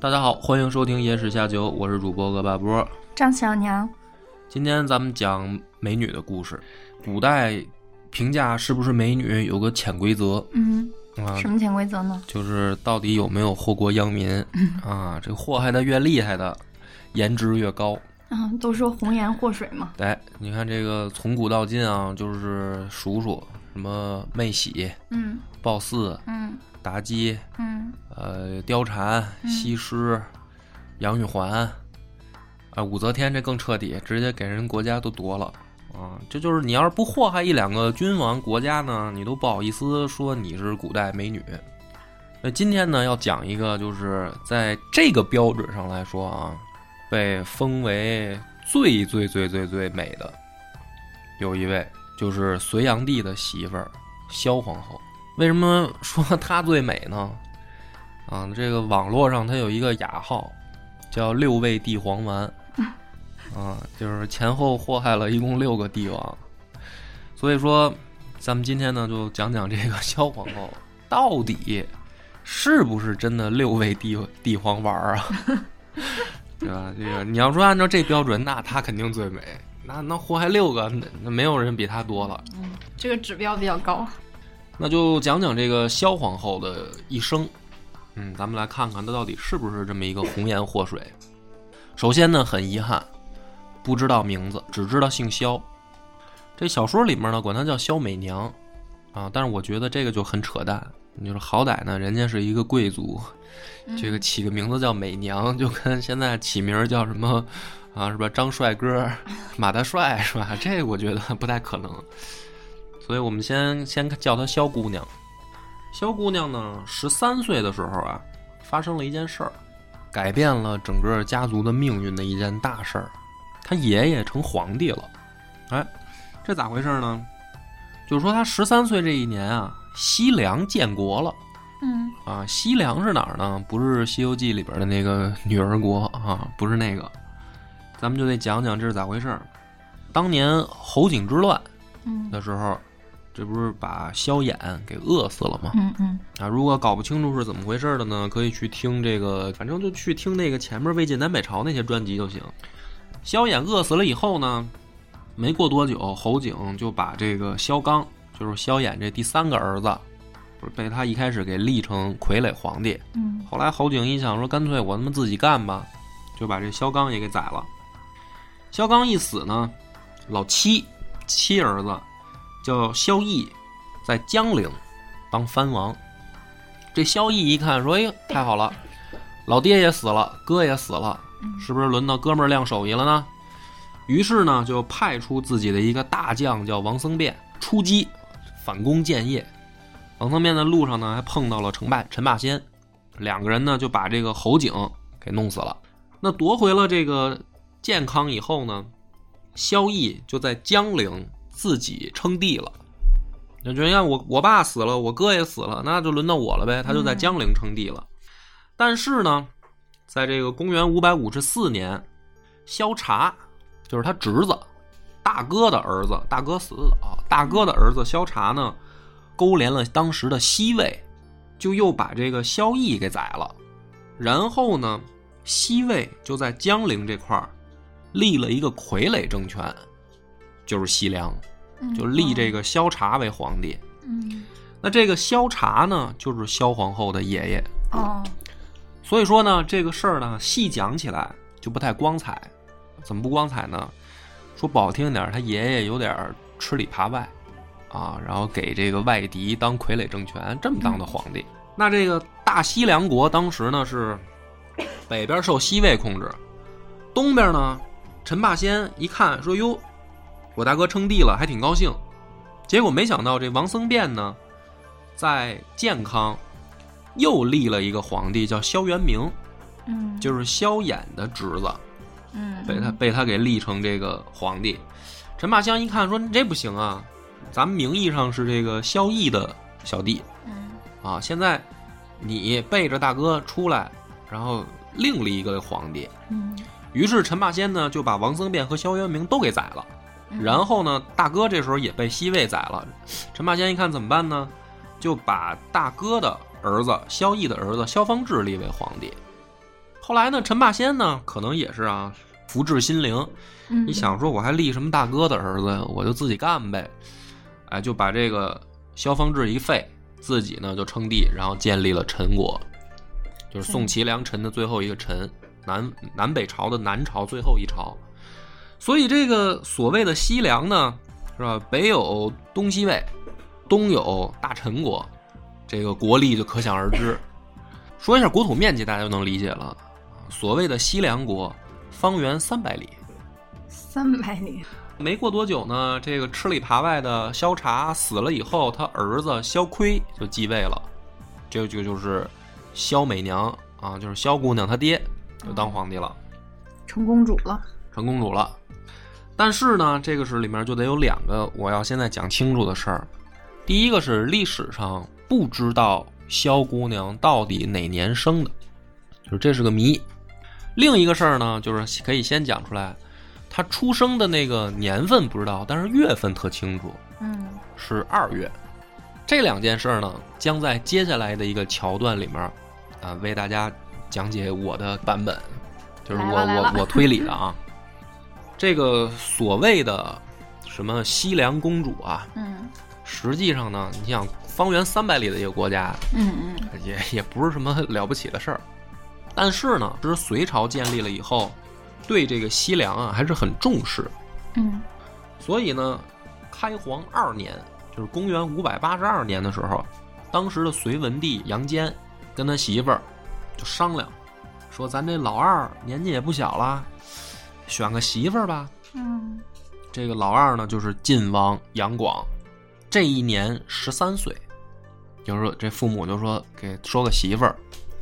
大家好，欢迎收听《野史下酒》，我是主播恶霸波。张小娘，今天咱们讲美女的故事。古代评价是不是美女有个潜规则嗯，啊什，么潜规则呢？就是到底有没有祸国殃民啊？这祸害的越厉害的，颜值越高。啊，都说红颜祸水嘛。哎，你看这个从古到今啊，就是数数什么妹喜、嗯褒姒、嗯妲己、嗯，呃貂蝉、嗯西施、杨玉环，啊，武则天这更彻底，直接给人国家都夺了啊！这就是你要是不祸害一两个君王国家呢，你都不好意思说你是古代美女。那今天呢，要讲一个，就是在这个标准上来说啊，被封为最最最最最美的，有一位就是隋炀帝的媳妇儿萧皇后。为什么说她最美呢？啊，这个网络上它有一个雅号，叫“六位帝皇丸”，啊，就是前后祸害了一共六个帝王。所以说，咱们今天呢就讲讲这个萧皇后到底是不是真的六位帝帝皇丸儿啊？ 对吧？这个你要说按照这标准，那她肯定最美。那那祸害六个，那那没有人比她多了。这个指标比较高。那就讲讲这个萧皇后的一生。嗯，咱们来看看她到底是不是这么一个红颜祸水。首先呢，很遗憾，不知道名字，只知道姓萧。这小说里面呢，管她叫萧美娘啊，但是我觉得这个就很扯淡。你说好歹呢，人家是一个贵族，这个起个名字叫美娘，就跟现在起名儿叫什么啊，是吧？张帅哥、马大帅是吧？这我觉得不太可能。所以我们先先叫她萧姑娘。萧姑娘呢，十三岁的时候啊，发生了一件事儿，改变了整个家族的命运的一件大事儿。她爷爷成皇帝了，哎，这咋回事呢？就是说她十三岁这一年啊，西凉建国了。嗯啊，西凉是哪儿呢？不是《西游记》里边的那个女儿国啊，不是那个。咱们就得讲讲这是咋回事儿。当年侯景之乱嗯的时候，这不是把萧衍给饿死了吗？嗯嗯啊，如果搞不清楚是怎么回事儿的呢，可以去听这个，反正就去听那个前面魏晋南北朝那些专辑就行。萧衍饿死了以后呢，没过多久，侯景就把这个萧纲，就是萧衍这第三个儿子，不是被他一开始给立成傀儡皇帝。嗯后来侯景一想说，干脆我他妈自己干吧，就把这萧纲也给宰了。萧纲一死呢，老七七儿子叫萧绎，在江陵当藩王。这萧绎一看说：“哎呦，太好了，老爹也死了，哥也死了，是不是轮到哥们儿亮手艺了呢？”于是呢，就派出自己的一个大将叫王僧辩出击，反攻建业。王僧辩在路上呢，还碰到了成霸陈霸先，两个人呢就把这个侯景给弄死了。那夺回了这个健康以后呢，萧绎就在江陵自己称帝了。那就你看我我爸死了，我哥也死了，那就轮到我了呗。他就在江陵称帝了。但是呢，在这个公元五百五十四年，萧察就是他侄子大哥的儿子，大哥死了啊，大哥的儿子萧察呢，勾连了当时的西魏，就又把这个萧绎给宰了。然后呢，西魏就在江陵这块儿立了一个傀儡政权，就是西凉，嗯，就立这个萧察为皇帝。嗯那这个萧察呢，就是萧皇后的爷爷。哦，所以说呢，这个事儿呢，细讲起来就不太光彩。怎么不光彩呢？说不好听点儿，他爷爷有点儿吃里扒外，啊，然后给这个外敌当傀儡政权，这么当的皇帝。那这个大西凉国当时呢是北边受西魏控制，东边呢陈霸先一看说哟，我大哥称帝了，还挺高兴。结果没想到这王僧辩呢，在建康又立了一个皇帝叫萧元明。嗯，就是萧衍的侄子，嗯，被他被他给立成这个皇帝。陈霸先一看说：“你这不行啊，咱们名义上是这个萧绎的小弟嗯啊，现在你背着大哥出来，然后另立一个皇帝。嗯，”于是陈霸先呢就把王僧辩和萧渊明都给宰了。嗯然后呢，大哥这时候也被西魏宰了。陈霸先一看怎么办呢？就把大哥的儿子萧绎的儿子萧方智立为皇帝。后来呢，陈霸先呢，可能也是啊，福至心灵，嗯你想说我还立什么大哥的儿子呀？我就自己干呗，哎，就把这个萧方智一废，自己呢就称帝，然后建立了陈国，就是宋齐梁陈的最后一个陈，南南北朝的南朝最后一朝。所以这个所谓的西凉呢，是吧？北有东西魏，东有大陈国，这个国力就可想而知。说一下国土面积，大家就能理解了。所谓的西凉国，方圆三百里，三百里，没过多久呢，这个吃里扒外的萧察死了以后，他儿子萧亏就继位了，这就就是萧美娘啊，就是萧姑娘她爹就当皇帝了，成公主了。成公主了。但是呢，这个是里面就得有两个我要现在讲清楚的事儿。第一个是历史上不知道萧姑娘到底哪年生的，就是这是个谜。另一个事儿呢，就是可以先讲出来，她出生的那个年份不知道，但是月份特清楚，嗯是二月。这两件事儿呢，将在接下来的一个桥段里面，啊、为大家讲解我的版本，就是我来了来了我我推理的啊。 这个所谓的什么西凉公主啊，嗯实际上呢，你想方圆三百里的一个国家，嗯嗯也也不是什么了不起的事儿。但是呢，这是隋朝建立了以后，对这个西凉啊还是很重视。嗯所以呢，开皇二年，就是公元五百八十二年的时候，当时的隋文帝杨坚跟他媳妇儿就商量，说咱这老二年纪也不小了，选个媳妇儿吧。嗯这个老二呢，就是晋王杨广，这一年十三岁，就是说这父母就说给说个媳妇儿，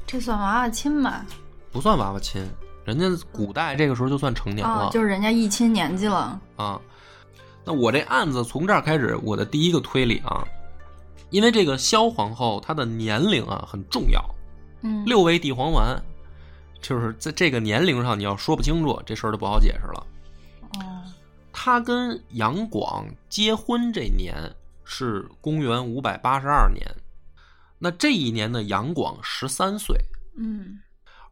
这算娃娃亲吧？不算娃娃亲，人家古代这个时候就算成年了，啊，就是人家一亲年纪了。啊。那我这案子从这儿开始，我的第一个推理啊，因为这个萧皇后她的年龄啊很重要，嗯，六味地黄丸，就是在这个年龄上你要说不清楚，这事儿就不好解释了。哦她跟杨广结婚这年是公元五百八十二年，那这一年的杨广十三岁，嗯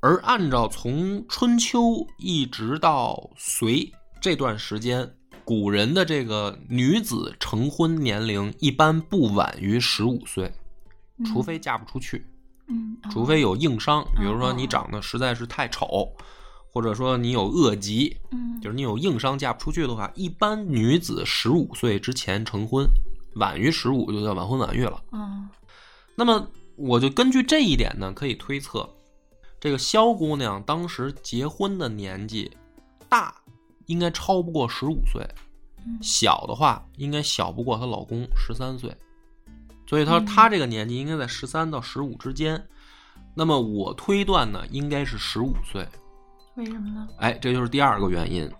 而按照从春秋一直到隋这段时间，古人的这个女子成婚年龄一般不晚于十五岁，嗯除非嫁不出去，嗯，哦除非有硬伤，比如说嗯嗯你长得实在是太丑，或者说你有恶疾，嗯就是你有硬伤嫁不出去的话，一般女子十五岁之前成婚，晚于十五就叫晚婚晚育了。嗯那么我就根据这一点呢，可以推测，这个萧姑娘当时结婚的年纪大，应该超不过十五岁；嗯小的话，应该小不过她老公十三岁。所以她嗯她这个年纪应该在十三到十五之间。那么我推断呢，应该是十五岁。为什么呢？哎，这就是第二个原因。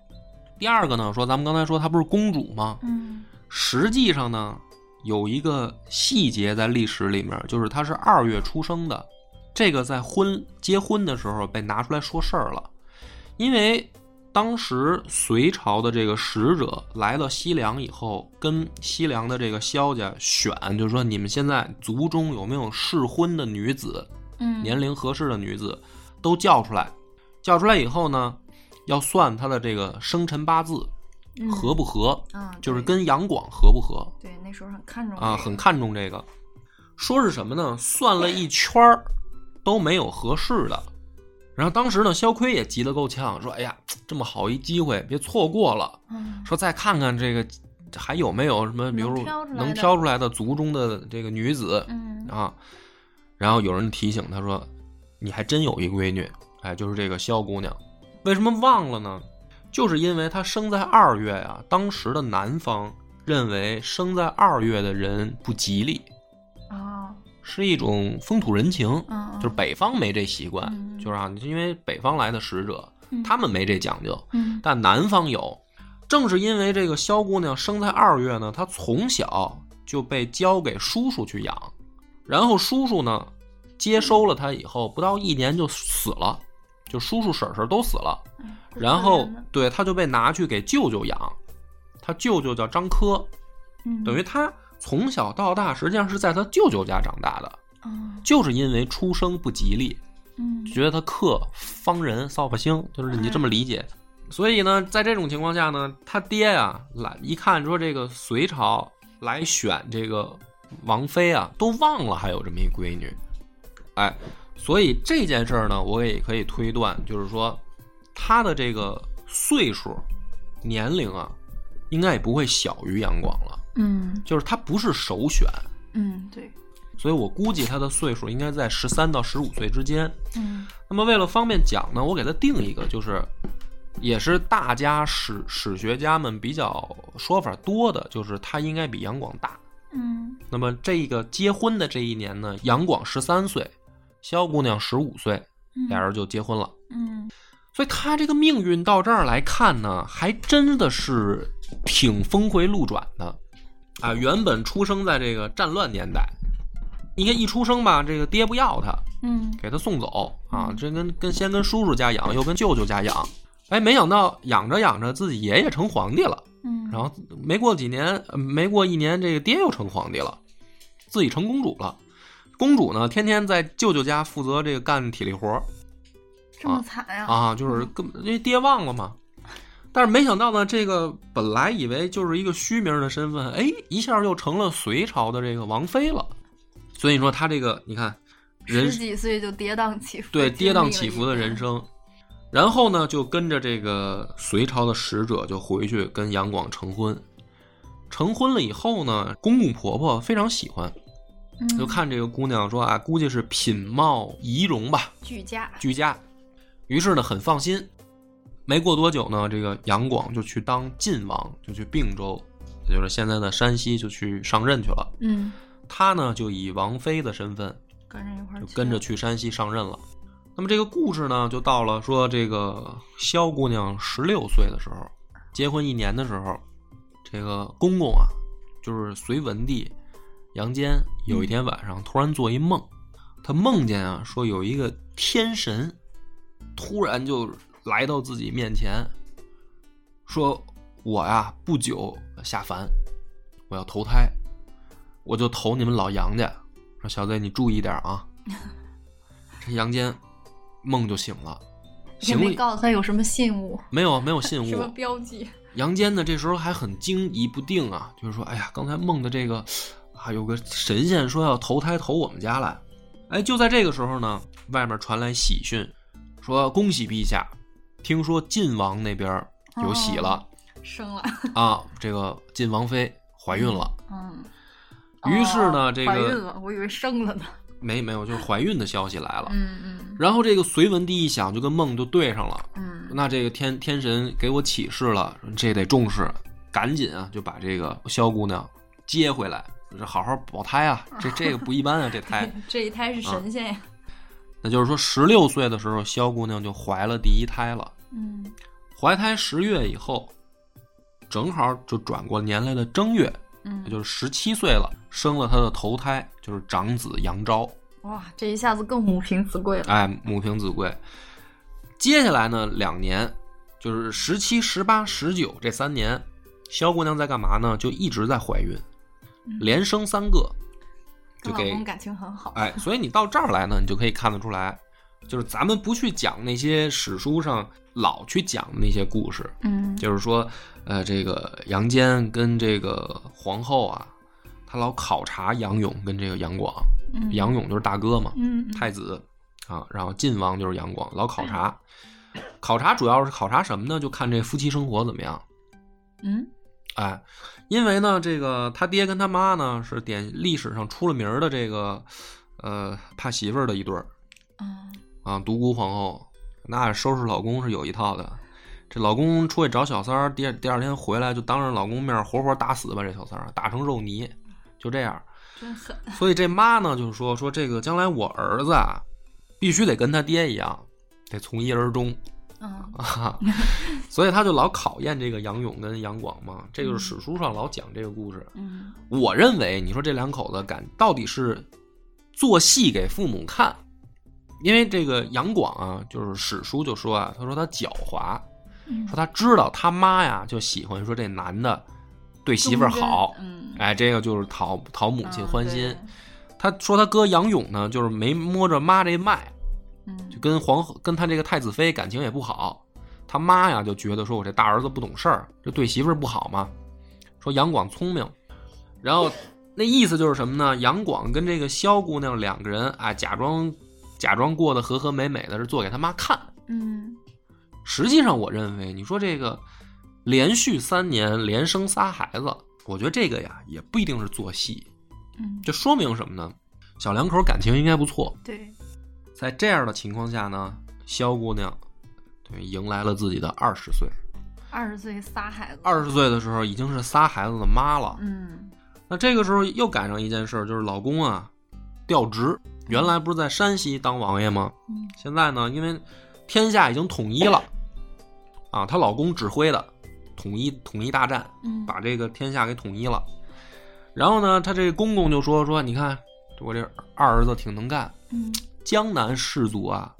第二个呢，说咱们刚才说她不是公主吗？嗯实际上呢，有一个细节在历史里面，就是她是二月出生的，这个在婚结婚的时候被拿出来说事儿了，因为当时隋朝的这个使者来到西凉以后，跟西凉的这个萧家选，就是说你们现在族中有没有适婚的女子，嗯，年龄合适的女子都叫出来，叫出来以后呢，要算她的这个生辰八字嗯合不合。啊，就是对跟杨广合不合对那时候很看重啊，这个很看重这个。说是什么呢？算了一圈儿都没有合适的。然后当时呢，肖亏也急得够呛，说：“哎呀，这么好一机会，别错过了。嗯说再看看这个还有没有什么，比如能挑出来的能挑出来的族中的这个女子嗯啊。”然后有人提醒他说：“你还真有一闺女，哎，就是这个萧姑娘。为什么忘了呢？就是因为她生在二月啊，当时的南方认为生在二月的人不吉利，啊，是一种风土人情，嗯，就是北方没这习惯，嗯就是啊，因为北方来的使者，嗯他们没这讲究，嗯但南方有。正是因为这个萧姑娘生在二月呢，她从小就被交给叔叔去养，然后叔叔呢接收了她以后，不到一年就死了，就叔叔婶婶都死了。哎够然可后怜的对他就被拿去给舅舅养，他舅舅叫张科，嗯等于他从小到大实际上是在他舅舅家长大的，嗯就是因为出生不吉利，嗯觉得他克方人扫把星，就是你这么理解。所以呢，在这种情况下呢，他爹呀、来一看说这个隋朝来选这个王妃啊，都忘了还有这么一闺女，哎，所以这件事儿呢，我也可以推断，就是说他的这个岁数、年龄啊，应该也不会小于杨广了，嗯就是他不是首选，嗯对所以我估计他的岁数应该在十三到十五岁之间。嗯那么为了方便讲呢，我给他定一个，就是也是大家史史学家们比较说法多的，就是他应该比杨广大。嗯那么这个结婚的这一年呢，杨广十三岁，萧姑娘十五岁，嗯俩人就结婚了。嗯所以他这个命运到这儿来看呢，还真的是挺峰回路转的啊！原本出生在这个战乱年代，你看一出生吧，这个爹不要他，嗯给他送走啊嗯，这跟跟先跟叔叔家养，又跟舅舅家养，哎，没想到养着养着自己爷爷成皇帝了，嗯然后没过几年，呃没过一年，这个爹又成皇帝了，自己成公主了。公主呢，天天在舅舅家负责这个干体力活儿这么惨呀啊，就是根本因为爹忘了嘛。但是没想到呢，这个本来以为就是一个虚名的身份，哎，一下又成了隋朝的这个王妃了。所以说她这个，你看，人十几岁就跌宕起伏，对经历跌了宕一啊起伏的年人，生。然后呢，就跟着这个隋朝的使者就回去跟杨广成婚。成婚了以后呢，公公婆婆非常喜欢，嗯就看这个姑娘说啊，估计是品貌仪容吧，俱佳，居家。于是呢，很放心。没过多久呢，这个杨广就去当晋王，就去并州，也就是现在的山西，就去上任去了。嗯，他呢，就以王妃的身份跟着一块儿就去跟着了去山西上任了。那么这个故事呢，就到了说这个萧姑娘十六岁的时候，结婚一年的时候，这个公公啊，就是隋文帝杨坚，有一天晚上突然做一梦，他梦见啊说有一个天神，突然就来到自己面前，说我呀不久下凡，我要投胎，我就投你们老杨家。说小贼你注意点 啊。这杨坚梦就醒了，也醒没了告诉他有什么信物，没有没有信 什么物。标记，杨坚呢这时候还很惊疑不定啊，就是说哎呀刚才梦的这个啊有个神仙说要投胎投我们家来，哎就在这个时候呢，外面传来喜讯，说恭喜陛下，听说晋王那边哦有喜 了、生了，啊，这个晋王妃怀孕了。嗯。于是呢哦这怀个孕了，我以为生了呢。没没有，就是怀孕的消息来了。嗯然后这个隋文帝一想，就跟梦就对上了。嗯嗯那这个天天神给我启示了，这得重视，赶紧啊就把这个萧姑娘接回来，这好好保胎啊，这这个不一般啊，这 胎。这一胎是神仙啊呀。那就是说，十六岁的时候，萧姑娘就怀了第一胎了。嗯怀胎十月以后，正好就转过年来的正月，嗯也，就是十七岁了，生了她的头胎，就是长子杨昭。哇，这一下子更母凭子贵了。哎，母凭子贵。接下来呢，两年就是十七、十八、十九这三年，萧姑娘在干嘛呢？就一直在怀孕，连生三个，就嗯跟老给公感情很好。哎，所以你到这儿来呢，你就可以看得出来，就是咱们不去讲那些史书上老去讲的那些故事，嗯就是说，呃，这个杨坚跟这个皇后啊，他老考察杨勇跟这个杨广，嗯杨勇就是大哥嘛，嗯嗯太子啊，然后晋王就是杨广，老考察。考察主要是考察什么呢？就看这夫妻生活怎么样。嗯哎，因为呢，这个他爹跟他妈呢是典历史上出了名儿的这个呃怕媳妇儿的一对儿嗯啊，独孤皇后那收拾老公是有一套的。这老公出去找小三儿，第二第二天回来就当着老公面活活打死，把这小三儿打成肉泥，就这样。真狠，所以这妈呢就说说这个将来我儿子啊，必须得跟他爹一样，得从一而终嗯啊。所以他就老考验这个杨勇跟杨广嘛，这就是史书上老讲这个故事。嗯我认为你说这两口子敢到底是做戏给父母看，因为这个杨广啊，就是史书就说啊，他说他狡猾，嗯说他知道他妈呀就喜欢说这男的对媳妇儿好忠贞，嗯，哎，这个就是讨讨母嗯亲欢心。，对他说他哥杨勇呢，就是没摸着妈这脉，嗯就跟皇后跟他这个太子妃感情也不好。他妈呀就觉得说我这大儿子不懂事儿，这对媳妇儿不好嘛。说杨广聪明，然后那意思就是什么呢？杨广跟这个萧姑娘两个人啊，假装假装过得和和美美的，是做给他妈看。嗯实际上，我认为你说这个连续三年连生仨孩子，我觉得这个呀也不一定是做戏，嗯，这说明什么呢？小两口感情应该不错，对，在这样的情况下呢，萧姑娘对迎来了自己的二十岁。二十岁仨孩子，二十岁的时候已经是仨孩子的妈了。嗯那这个时候又赶上一件事儿，就是老公啊调职，原来不是在山西当王爷吗？嗯现在呢，因为天下已经统一了，啊，她老公指挥的统一统一大战，嗯，把这个天下给统一了。然后呢，她这公公就说说，你看我这二儿子挺能干，嗯江南士族啊，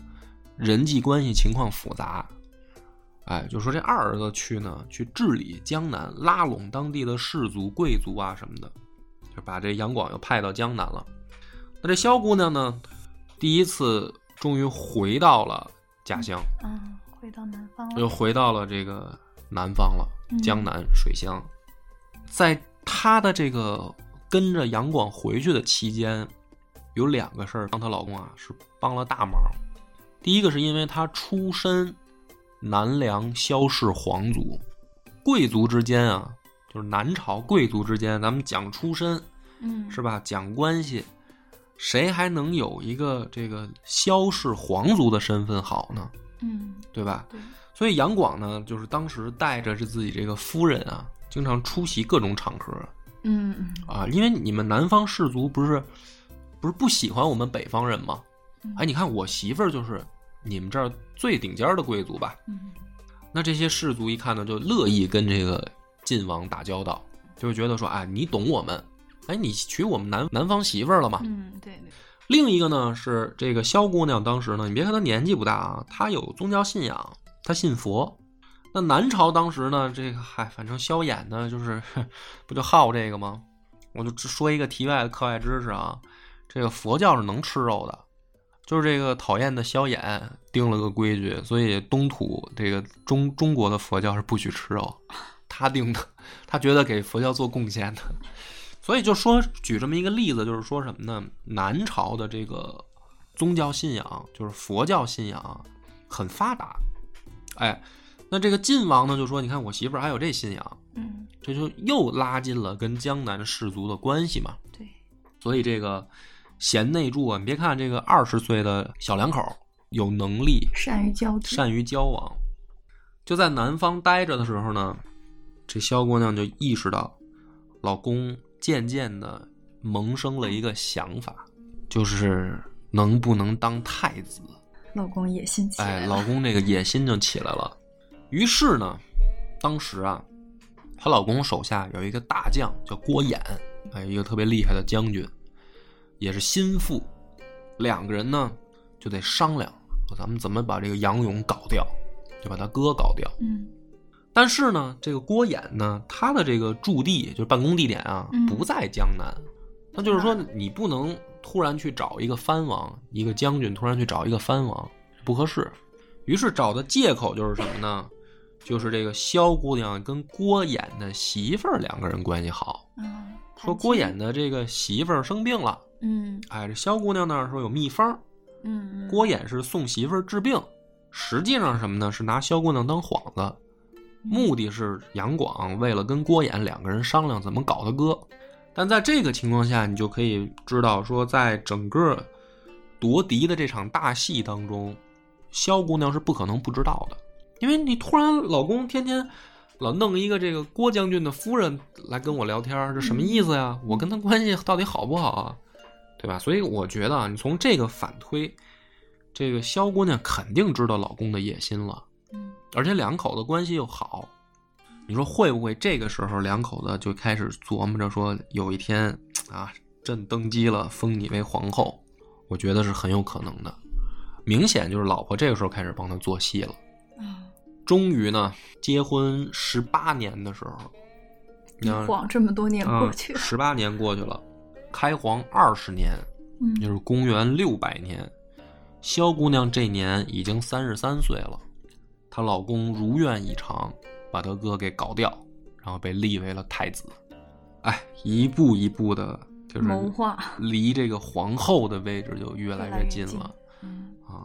人际关系情况复杂。哎，就说这二儿子去呢，去治理江南，拉拢当地的士族、贵族啊什么的，就把这杨广又派到江南了。那这萧姑娘呢，第一次终于回到了家乡，嗯，回到南方又了，回到了这个南方了，嗯江南水乡。在她的这个跟着杨广回去的期间，有两个事儿帮她老公啊是帮了大忙。第一个是因为她出身南梁萧氏皇族，贵族之间啊，就是南朝贵族之间，咱们讲出身嗯是吧？讲关系，谁还能有一个这个萧氏皇族的身份好呢？嗯对吧？对，所以杨广呢，就是当时带着是自己这个夫人啊，经常出席各种场合嗯嗯啊，因为你们南方士族不是不是不喜欢我们北方人吗？嗯哎，你看我媳妇儿就是你们这儿最顶尖儿的贵族吧？嗯那这些士族一看呢，就乐意跟这个晋王打交道，就会觉得说，哎，你懂我们，哎，你娶我们南南方媳妇儿了吗？嗯，对对，另一个呢是这个萧姑娘，当时呢，你别看她年纪不大啊，她有宗教信仰，她信佛。那南朝当时呢，这个嗨，反正萧衍呢，就是 不就好这个吗？我就只说一个题外的课外知识啊，这个佛教是能吃肉的，就是这个讨厌的萧衍定了个规矩，所以东土这个中中国的佛教是不许吃肉，他定的，他觉得给佛教做贡献的。所以就说举这么一个例子，就是说什么呢？南朝的这个宗教信仰，就是佛教信仰很发达。哎，那这个晋王呢，就说你看我媳妇儿还有这信仰，嗯这就又拉近了跟江南士族的关系嘛。对，所以这个贤内助啊，你别看这个二十岁的小两口有能力，善于交际，善于交往。就在南方待着的时候呢，这萧姑娘就意识到，老公渐渐的萌生了一个想法，就是能不能当太子？老公野心起哎，来老了，公这个野心就起来了。于是呢，当时啊，她老公手下有一个大将叫郭衍，哎，一个特别厉害的将军，也是心腹。两个人呢就得商量，说咱们怎么把这个杨勇搞掉，就把他哥搞掉。嗯但是呢，这个郭衍呢，他的这个驻地就是办公地点啊嗯，不在江南。那就是说，你不能突然去找一个藩王，一个将军突然去找一个藩王，不合适。于是找的借口就是什么呢？就是这个萧姑娘跟郭衍的媳妇儿两个人关系好，嗯，说谈郭心衍，的这个媳妇儿生病了，嗯哎，这萧姑娘那儿说有秘方，嗯，嗯郭衍是送媳妇儿治病，实际上是什么呢？是拿萧姑娘当幌子，目的是杨广为了跟郭衍两个人商量怎么搞他哥。但在这个情况下，你就可以知道说，在整个夺嫡的这场大戏当中，萧姑娘是不可能不知道的，因为你突然老公天天老弄一个这个郭将军的夫人来跟我聊天儿，这什么意思呀？我跟他关系到底好不好啊？对吧？所以我觉得啊，你从这个反推，这个萧姑娘肯定知道老公的野心了，嗯而且两口子关系又好。你说会不会这个时候两口子就开始琢磨着说，有一天啊，朕登基了，封你为皇后？我觉得是很有可能的。明显就是老婆这个时候开始帮他做戏了。啊，终于呢，结婚十八年的时候，一晃这么多年嗯过去了，十八、18年过去了，开皇二十年，嗯就是公元六百年，萧姑娘这年已经三十三岁了，她老公如愿以偿，把她哥给搞掉，然后被立为了太子。哎，一步一步的，就是谋划离这个皇后的位置就越来越来越越近近了。嗯啊，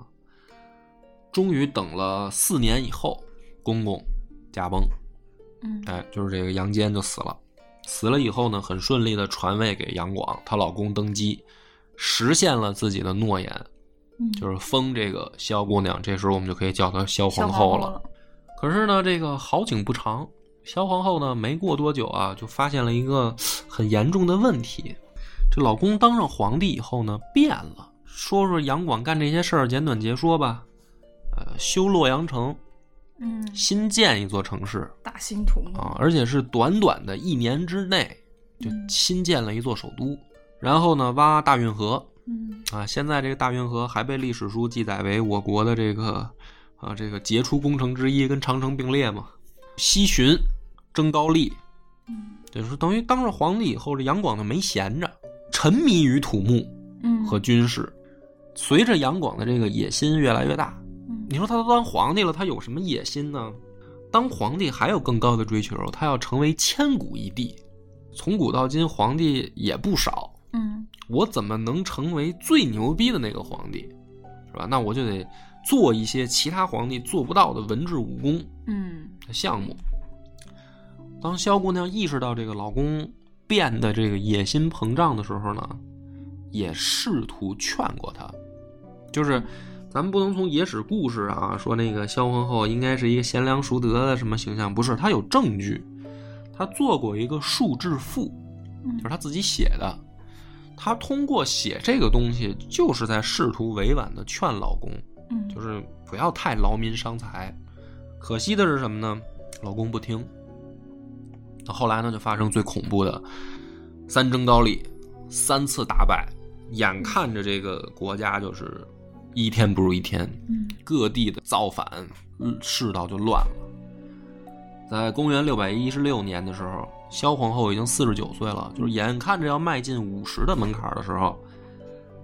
终于等了四年以后，公公驾崩，嗯哎，就是这个杨坚就死了。死了以后呢，很顺利的传位给杨广，她老公登基，实现了自己的诺言，嗯，就是封这个萧姑娘。这时候我们就可以叫她萧小皇皇后了。了，可是呢，这个好景不长，萧皇后呢没过多久啊，就发现了一个很严重的问题。这老公当上皇帝以后呢，变了。说说杨广干这些事儿，简短截说吧。呃，修洛阳城，嗯，新建一座城市大兴土木，啊，而且是短短的一年之内就嗯新建了一座首都。然后呢，挖大运河，嗯啊，现在这个大运河还被历史书记载为我国的这个啊这个杰出工程之一，跟长城并列嘛。西巡征高丽，嗯就是等于当上皇帝以后，这杨广呢没闲着，沉迷于土木嗯和军事。随着杨广的这个野心越来越大，嗯你说他都当皇帝了，他有什么野心呢？当皇帝还有更高的追求，他要成为千古一帝。从古到今，皇帝也不少，嗯我怎么能成为最牛逼的那个皇帝，是吧？那我就得做一些其他皇帝做不到的文治武功嗯的项目。当萧姑娘意识到这个老公变得这个野心膨胀的时候呢，也试图劝过他，就是咱们不能从野史故事啊说那个萧皇后应该是一个贤良淑德的什么形象，不是，她有证据，她做过一个《述志赋》，嗯就是他自己写的。他通过写这个东西，就是在试图委婉的劝老公，嗯，就是不要太劳民伤财。可惜的是什么呢？老公不听。那后来呢，就发生最恐怖的三征高丽，三次大败，眼看着这个国家就是一天不如一天，嗯各地的造反嗯世道就乱了。在公元六百一十六年的时候，萧皇后已经四十九岁了，就是眼看着要迈进五十的门槛的时候，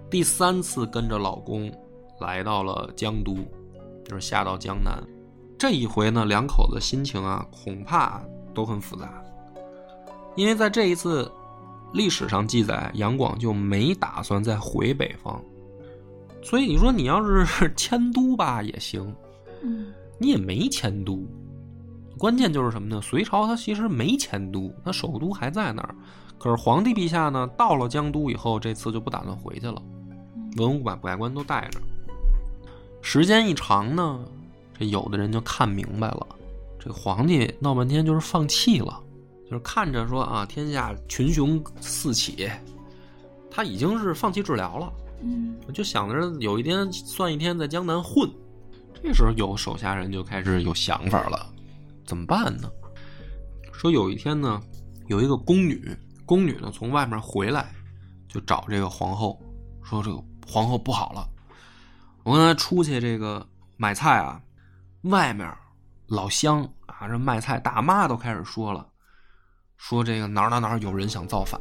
第三次跟着老公来到了江都，就是下到江南。这一回呢，两口子心情啊，恐怕都很复杂，因为在这一次历史上记载，杨广就没打算再回北方，所以你说你要是 迁都吧也行，嗯你也没迁都。关键就是什么呢？隋朝它其实没迁都，它首都还在那儿。可是皇帝陛下呢，到了江都以后，这次就不打算回去了，嗯文武百百官都带着。时间一长呢，这有的人就看明白了，这皇帝闹半天就是放弃了，就是看着说啊，天下群雄四起，他已经是放弃治疗了。嗯我就想着有一天算一天在江南混。这时候有手下人就开始有想法了，怎么办呢？说有一天呢，有一个宫女，宫女呢从外面回来，就找这个皇后，说这个皇后不好了，我刚才出去这个买菜啊，外面老乡啊，这卖菜大妈都开始说了，说这个哪儿哪儿哪儿有人想造反，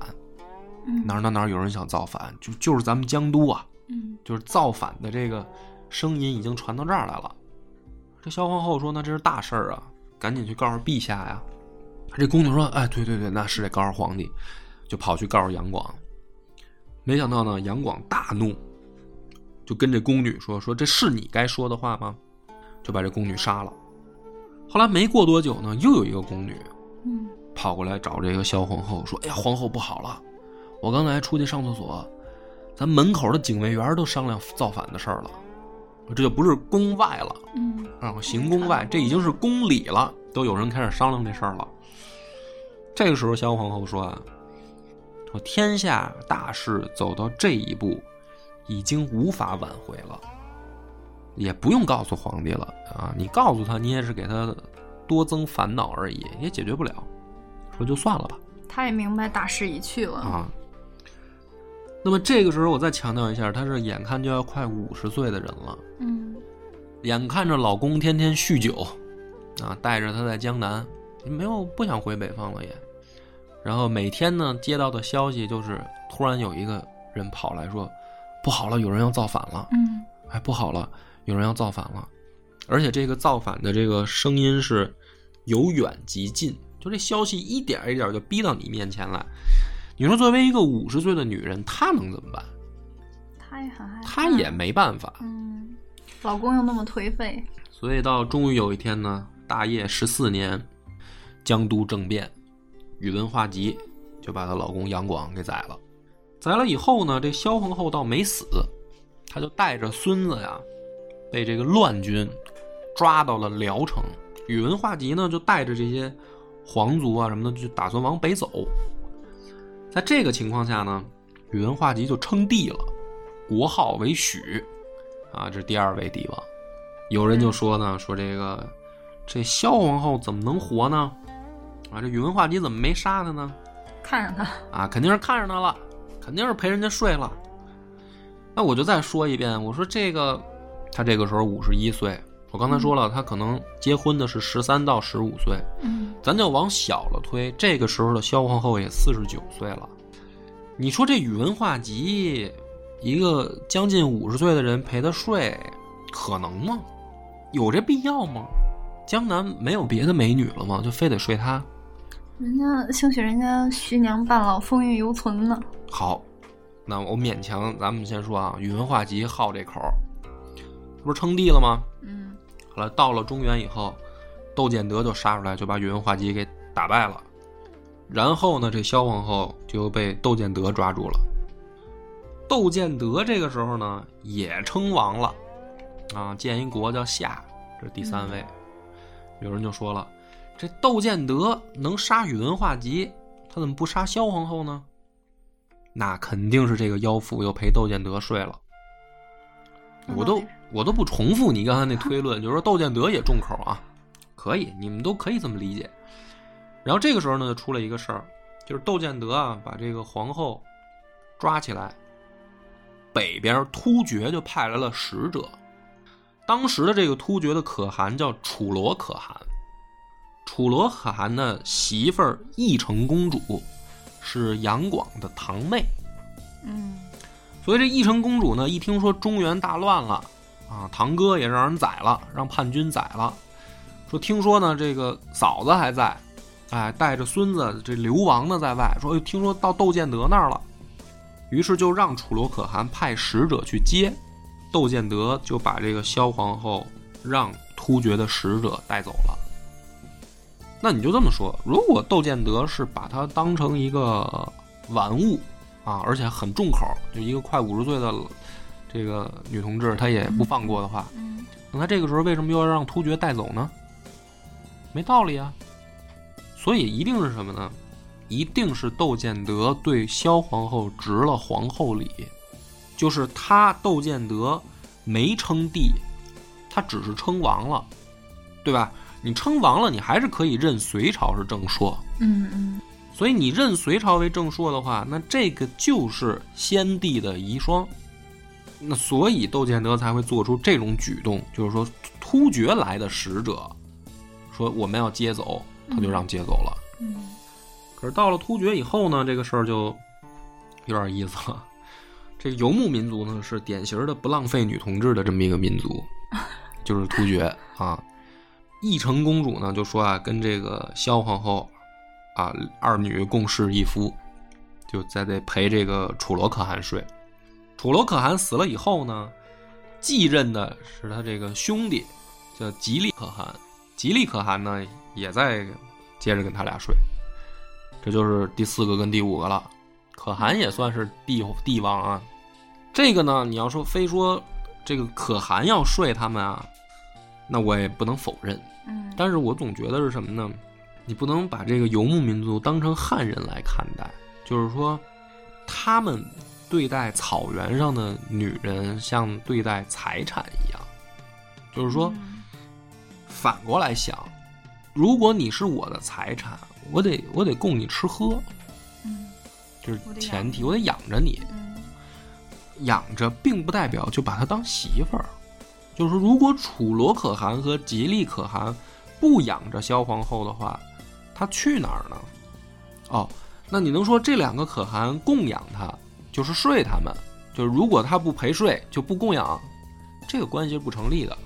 嗯哪儿哪儿哪儿有人想造反，就就是咱们江都啊，嗯就是造反的这个声音已经传到这儿来了。这萧皇后说：“那这是大事儿啊，赶紧去告诉陛下呀。”这宫女说：“哎，对对对，那是得告诉皇帝。”就跑去告诉杨广。没想到呢，杨广大怒，就跟这宫女说：“说这是你该说的话吗？”就把这宫女杀了。后来没过多久呢，又有一个宫女嗯跑过来找这个萧皇后说：“哎呀，皇后不好了，我刚才出去上厕所，咱门口的警卫员都商量造反的事儿了，这就不是宫外了，嗯啊，行宫外，这已经是宫里了。都有人开始商量这事儿了。这个时候，萧皇后说啊：“说天下大势走到这一步，已经无法挽回了，也不用告诉皇帝了啊！你告诉他，你也是给他多增烦恼而已，也解决不了。说就算了吧。”他也明白大势已去了。啊。那么这个时候，我再强调一下，她是眼看就要快五十岁的人了，嗯眼看着老公天天酗酒，啊，带着她在江南，没有不想回北方了也。然后每天呢，接到的消息就是，突然有一个人跑来说，不好了，有人要造反了，嗯哎，不好了，有人要造反了。而且这个造反的这个声音是由远及近，就这消息一点一点就逼到你面前来。你说，作为一个五十岁的女人，她能怎么办？他也很害怕。她也没办法。嗯，老公又那么颓废。所以到终于有一天呢，大业十四年，江都政变，宇文化及就把她老公杨广给宰了。宰了以后呢，这萧皇后倒没死，她就带着孙子呀，被这个乱军抓到了聊城。宇文化及呢，就带着这些皇族啊什么的，就打算往北走。在这个情况下呢，宇文化及就称帝了，国号为许，啊，这是第二位帝王。有人就说呢，说这个这萧皇后怎么能活呢？啊，这宇文化及怎么没杀她呢？看着他，啊，肯定是看上她了，肯定是陪人家睡了。那我就再说一遍，我说这个，她这个时候五十一岁，我刚才说了，她可能结婚的是十三到十五岁，嗯咱就往小了推，这个时候的萧皇后也四十九岁了。你说这宇文化及，一个将近五十岁的人陪她睡，可能吗？有这必要吗？江南没有别的美女了吗？就非得睡她？人家兴许人家徐娘半老风韵犹存呢。好，那我勉强，咱们先说啊，宇文化及好这口儿，这不是称帝了吗？嗯后来到了中原以后，窦建德就杀出来，就把宇文化及给打败了。然后呢，这萧皇后就被窦建德抓住了。窦建德这个时候呢，也称王了，啊，建一国叫夏，这是第三位。有人就说了，这窦建德能杀宇文化及，他怎么不杀萧皇后呢？那肯定是这个妖妇又陪窦建德睡了。我都我都不重复你刚才那推论， 就是说窦建德也重口啊，可以，你们都可以这么理解。然后这个时候呢，就出了一个事儿，就是窦建德啊，把这个皇后抓起来，北边突厥就派来了使者。当时的这个突厥的可汗叫楚罗可汗，楚罗可汗的媳妇儿义成公主是杨广的堂妹。嗯所以这义成公主呢，一听说中原大乱了，啊，堂哥也让人宰了，让叛军宰了，说听说呢，这个嫂子还在，哎，带着孙子这流亡呢在外，说哎听说到窦建德那儿了，于是就让楚罗可汗派使者去接，窦建德就把这个萧皇后让突厥的使者带走了。那你就这么说，如果窦建德是把她当成一个玩物，啊，而且很重口，就一个快五十岁的这个女同志，她也不放过的话，嗯那她这个时候为什么又要让突厥带走呢？没道理啊。所以一定是什么呢？一定是窦建德对萧皇后执了皇后礼，就是他窦建德没称帝，他只是称王了，对吧？你称王了，你还是可以认隋朝是正朔，嗯嗯所以你认隋朝为正朔的话，那这个就是先帝的遗孀。那所以窦建德才会做出这种举动，就是说突厥来的使者说我们要接走，他就让接走了。嗯可是到了突厥以后呢，这个事儿就有点意思了。这个游牧民族呢，是典型的不浪费女同志的这么一个民族， 就是突厥啊。义成公主呢就说啊，跟这个萧皇后啊二女共侍一夫，就在这陪这个楚罗可汗睡。楚罗可汗死了以后呢，继任的是他这个兄弟叫吉利可汗，吉利可汗呢也在接着跟他俩睡。这就是第四个跟第五个了。可汗也算是帝帝王啊。这个呢，你要说非说这个可汗要睡他们啊，那我也不能否认。嗯但是我总觉得是什么呢？你不能把这个游牧民族当成汉人来看待，就是说，他们对待草原上的女人像对待财产一样，就是说，嗯反过来想，如果你是我的财产，我得我得供你吃喝，嗯就是我得养前提，我得养着你，嗯养着并不代表就把她当媳妇儿。就是如果楚罗可汗和吉利可汗不养着萧皇后的话，她去哪儿呢？哦，那你能说这两个可汗供养她，就是睡他们，就是如果他不陪睡就不供养，这个关系是不成立的。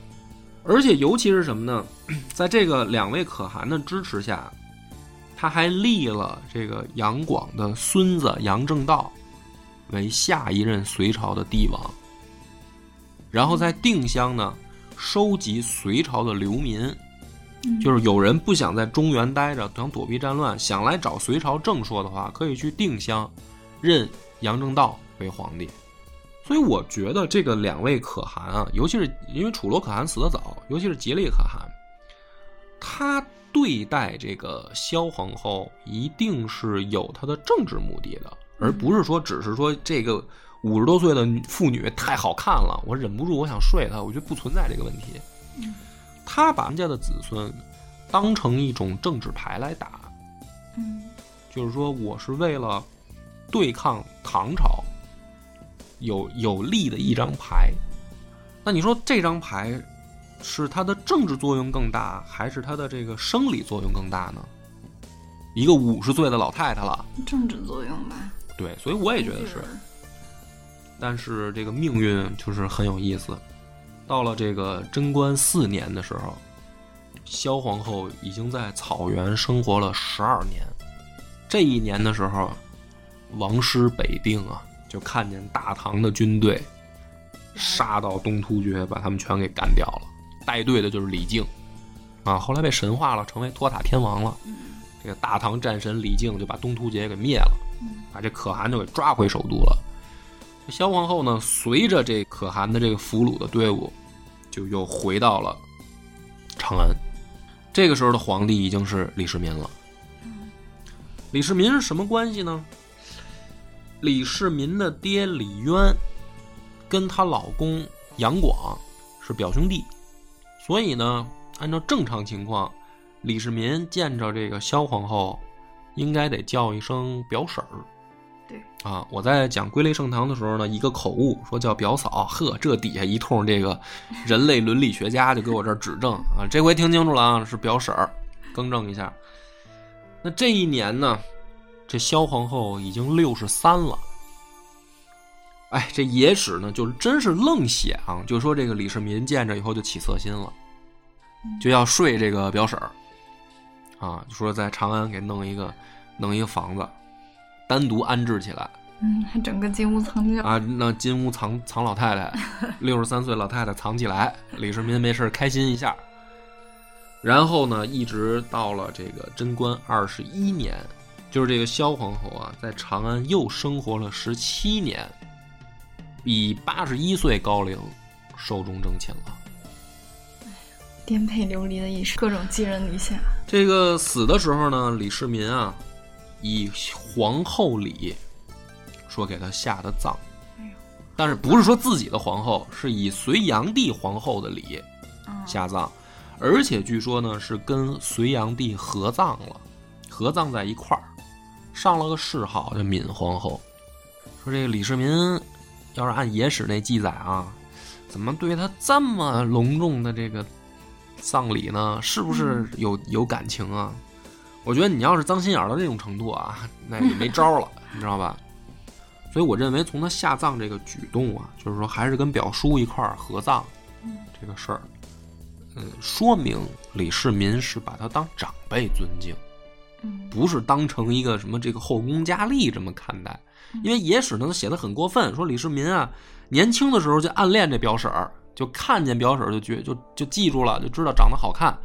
而且尤其是什么呢？ 在这个两位可汗的支持下，他还立了这个杨广的孙子杨正道为下一任隋朝的帝王。然后在定襄呢，收集隋朝的流民，嗯就是有人不想在中原待着，想躲避战乱，想来找隋朝正朔的话，可以去定襄，任杨正道为皇帝。所以我觉得这个两位可汗啊，尤其是因为楚罗可汗死得早，尤其是吉利可汗，他对待这个萧皇后一定是有他的政治目的的，而不是说只是说这个五十多岁的女妇女太好看了，我忍不住我想睡她，我觉得不存在这个问题。他把人家的子孙当成一种政治牌来打，嗯就是说我是为了对抗唐朝有有利的一张牌。那你说这张牌是它的政治作用更大，还是它的这个生理作用更大呢？一个五十岁的老太太了，嗯政治作用吧，对，所以我也觉得是。但是这个命运就是很有意思。到了这个贞观四年的时候，萧皇后已经在草原生活了十二年。这一年的时候，王师北定啊，就看见大唐的军队杀到东突厥，把他们全给干掉了。带队的就是李靖，啊，后来被神化了，成为托塔天王了。这个大唐战神李靖就把东突厥给灭了，把这可汗就给抓回首都了。萧皇后呢，随着这可汗的这个俘虏的队伍，就又回到了长安。这个时候的皇帝已经是李世民了。李世民是什么关系呢？李世民的爹李渊跟她老公杨广是表兄弟，所以呢，按照正常情况，李世民见着这个萧皇后，应该得叫一声表婶儿。对，啊，我在讲归类盛唐的时候呢，一个口误说叫表嫂，呵，这底下一通这个人类伦理学家就给我这儿指正啊，这回听清楚了啊，是表婶儿，更正一下。那这一年呢，这萧皇后已经六十三了。哎，这野史呢，就真是愣写啊，就说这个李世民见着以后就起色心了，就要睡这个表婶儿，啊，就说在长安给弄一个弄一个房子，单独安置起来。嗯，还整个金屋藏娇，啊，那金屋藏藏老太太，六十三岁老太太藏起来，李世民没事儿开心一下。然后呢，一直到了这个贞观二十一年，就是这个萧皇后啊，在长安又生活了十七年，以八十一岁高龄寿终正寝了。颠沛流离的一生，各种寄人篱下。这个死的时候呢，李世民啊，以皇后礼说给他下的葬哎呦，但是不是说自己的皇后，是以隋炀帝皇后的礼啊，下葬，而且据说呢是跟隋炀帝合葬了，合葬在一块儿，上了个谥号叫敏皇后。说这个李世民，要是按野史那记载啊，怎么对他这么隆重的这个葬礼呢？是不是有有感情啊？我觉得你要是脏心眼儿到这种程度啊， 那也没招儿了，你知道吧？所以我认为从他下葬这个举动啊，就是说还是跟表叔一块儿合葬嗯这个事儿，嗯，说明李世民是把他当长辈尊敬。嗯不是当成一个什么这个后宫佳丽这么看待，因为野史呢写的很过分，说李世民啊年轻的时候就暗恋这表婶儿，就看见表婶儿就觉就就记住了，就知道长得好看，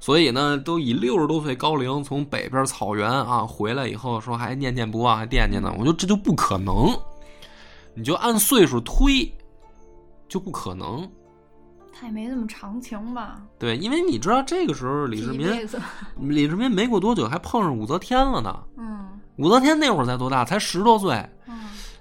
所以呢都以六十多岁高龄从北边草原啊回来以后说还念念不忘还惦记呢，我觉得这就不可能，你就按岁数推就不可能，他也没怎么长情吧？对，因为你知道这个时候李世这一民，辈子，李世民没过多久还碰上武则天了呢。 嗯武则天那会儿才多大？才十多岁。嗯，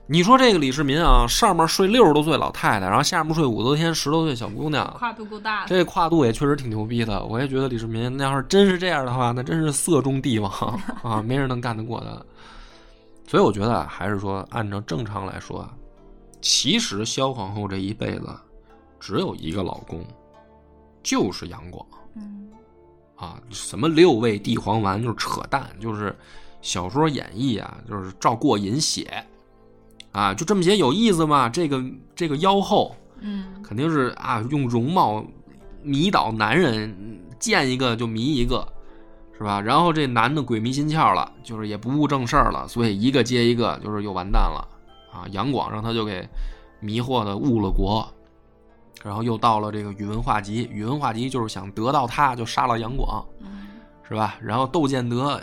你说这个李世民啊，上面睡六十多岁老太太，然后下面睡武则天十多岁小姑娘，跨度够大的，这跨度也确实挺牛逼的。我也觉得李世民要是真是这样的话，那真是色中帝王啊，没人能干得过他。所以我觉得啊还是说，按照正常来说啊，其实萧皇后这一辈子只有一个老公，就是杨广嗯啊。什么六味地黄丸就是扯淡，就是小说演绎啊，就是照过引写啊，就这么写有意思吗？这个这个妖后嗯肯定是啊，用容貌迷倒男人，嗯见一个就迷一个，是吧？然后这男的鬼迷心窍了，就是也不务正事儿了，所以一个接一个，就是又完蛋了啊！杨广让他就给迷惑的误了国，然后又到了这个宇文化及，宇文化及就是想得到他，就杀了杨广，嗯是吧？然后窦建德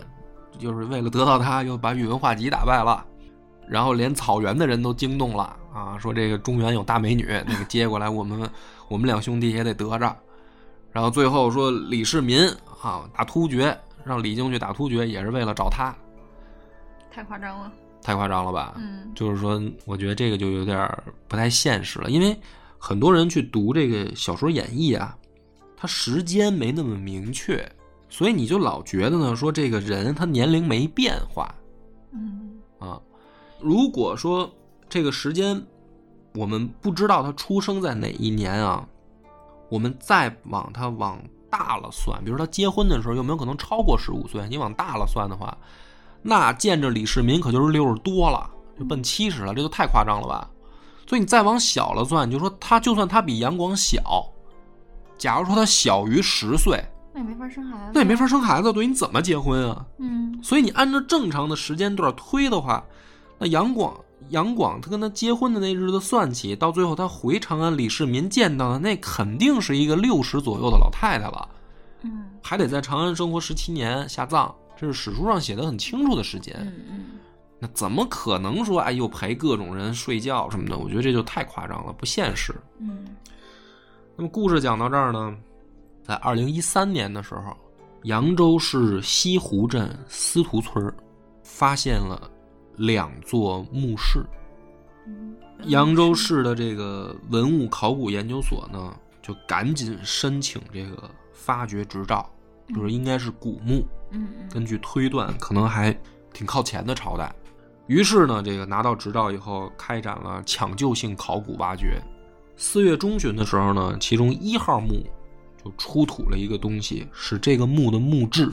就是为了得到他，又把宇文化及打败了，然后连草原的人都惊动了啊，说这个中原有大美女，那个接过来，我们我们两兄弟也得得着。然后最后说李世民啊打突厥，让李靖去打突厥，也是为了找他，太夸张了，太夸张了吧？嗯就是说，我觉得这个就有点儿不太现实了，因为很多人去读这个小说演绎啊，它时间没那么明确，所以你就老觉得呢，说这个人他年龄没变化嗯啊。如果说这个时间我们不知道他出生在哪一年啊，我们再往他往大了算，比如说他结婚的时候有没有可能超过十五岁？你往大了算的话，那见着李世民可就是六十多了，就奔七十了，这就太夸张了吧？所以你再往小了算，你就说他就算他比杨广小，假如说他小于十岁，那也没法生孩子，那也没法，生孩子，对你怎么结婚啊？嗯所以你按照正常的时间段推的话，那杨广杨广他跟他结婚的那日子算起，到最后他回长安，李世民见到的那肯定是一个六十左右的老太太了，嗯还得在长安生活十七年下葬，这是史书上写的很清楚的时间。嗯嗯，那怎么可能说哎呦陪各种人睡觉什么的？我觉得这就太夸张了，不现实。嗯那么故事讲到这儿呢，在二零一三年的时候，扬州市西湖镇司徒村儿发现了两座墓室。嗯，扬州市的这个文物考古研究所呢，就赶紧申请这个发掘执照，就是应该是古墓。嗯嗯根据推断，可能还挺靠前的朝代。于是呢，这个拿到执照以后，开展了抢救性考古挖掘。四月中旬的时候呢，其中一号墓就出土了一个东西，是这个墓的墓志。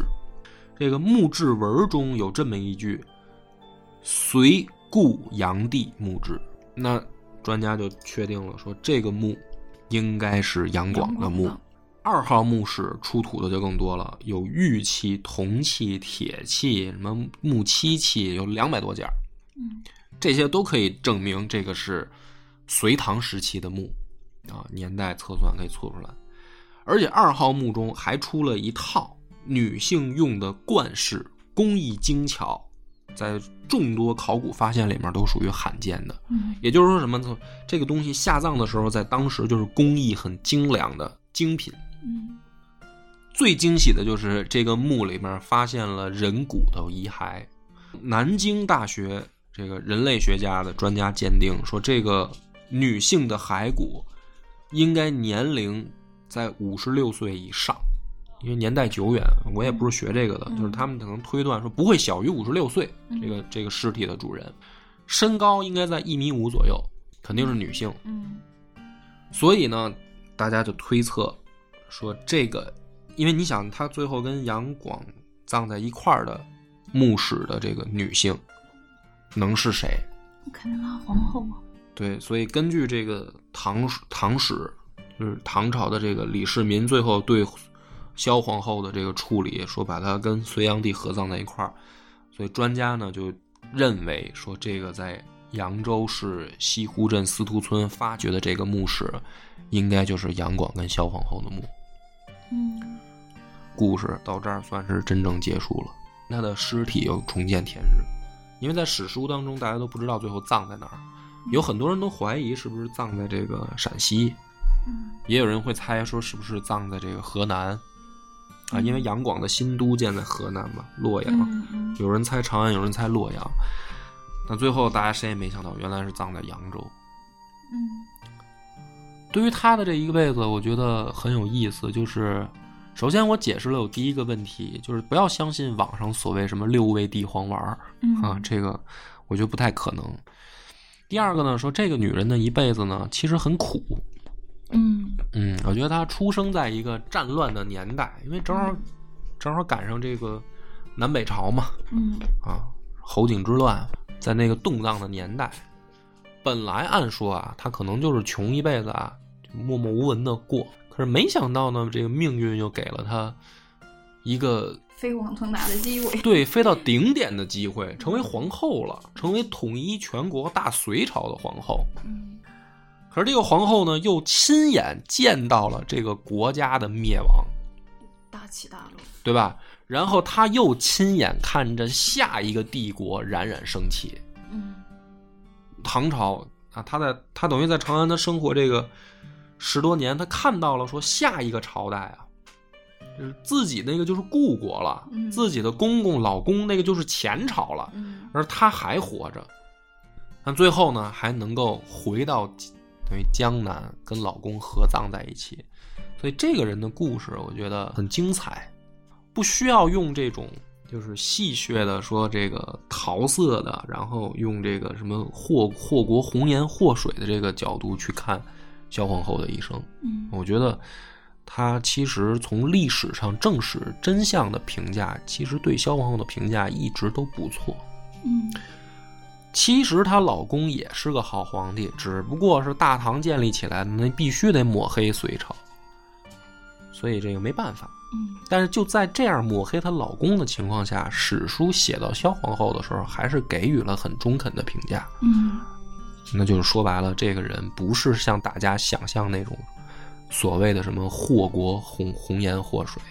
这个墓志文中有这么一句：“隋故炀帝墓志。”那专家就确定了，说这个墓应该是杨广的墓杨广的。二号墓室出土的就更多了，有玉器、铜器、铁器，什么木漆器，有两百多件儿，嗯这些都可以证明这个是隋唐时期的墓啊，年代测算可以测出来。而且二号墓中还出了一套女性用的冠饰，工艺精巧，在众多考古发现里面都属于罕见的。嗯也就是说什么呢？这个东西下葬的时候，在当时就是工艺很精良的精品。嗯最惊喜的就是这个墓里面发现了人骨头遗骸。南京大学这个人类学家的专家鉴定说，这个女性的骸骨应该年龄在五十六岁以上，因为年代久远，我也不是学这个的，嗯就是他们可能推断说不会小于五十六岁。嗯这个这个尸体的主人身高应该在一米五左右，肯定是女性。嗯所以呢，大家就推测说这个，因为你想，她最后跟杨广葬在一块儿的墓室的这个女性，能是谁？肯定拉皇后啊，对，所以根据这个唐史唐史，就是唐朝的这个李世民最后对萧皇后的这个处理，说把她跟隋炀帝合葬在一块儿，所以专家呢就认为说这个在扬州市西湖镇司徒村发掘的这个墓室，应该就是杨广跟萧皇后的墓。嗯故事到这儿算是真正结束了，他的尸体又重见天日，因为在史书当中大家都不知道最后葬在哪儿，有很多人都怀疑是不是葬在这个陕西，嗯也有人会猜说是不是葬在这个河南啊，因为杨广的新都建在河南嘛，洛阳。嗯嗯有人猜长安，有人猜洛阳。那最后大家谁也没想到，原来是葬在扬州。嗯对于他的这一辈子，我觉得很有意思。就是，首先我解释了我第一个问题，就是不要相信网上所谓什么六味地黄丸儿嗯啊，这个我觉得不太可能。第二个呢，说这个女人的一辈子呢，其实很苦。嗯嗯，我觉得她出生在一个战乱的年代，因为正好正好赶上这个南北朝嘛，嗯啊，侯景之乱，在那个动荡的年代，本来按说啊，他可能就是穷一辈子啊，就默默无闻的过。可是没想到呢，这个命运又给了他一个飞黄腾达的机会。对飞到顶点的机会，成为皇后了，成为统一全国大隋朝的皇后。嗯可是这个皇后呢，又亲眼见到了这个国家的灭亡，大起大落。对吧？然后她又亲眼看着下一个帝国冉冉升起，嗯唐朝啊，他在他等于在长安他生活这个十多年，他看到了说下一个朝代啊，就是自己那个就是故国了，嗯自己的公公老公那个就是前朝了，嗯而他还活着，但最后呢还能够回到等于江南跟老公合葬在一起，所以这个人的故事我觉得很精彩，不需要用这种就是戏谑的说这个桃色的，然后用这个什么祸祸国红颜祸水的这个角度去看萧皇后的一生，嗯我觉得。她其实从历史上正史真相的评价，其实对萧皇后的评价一直都不错。嗯其实她老公也是个好皇帝，只不过是大唐建立起来的，那必须得抹黑隋朝，所以这个没办法。嗯但是就在这样抹黑她老公的情况下，史书写到萧皇后的时候，还是给予了很中肯的评价。嗯那就是说白了，这个人不是像大家想象那种所谓的什么祸国红红颜祸水。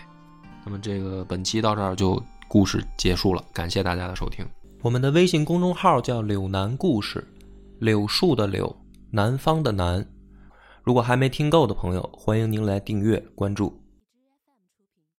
那么这个本期到这儿就故事结束了，感谢大家的收听。我们的微信公众号叫“柳南故事”，柳树的柳，南方的南。如果还没听够的朋友，欢迎您来订阅关注。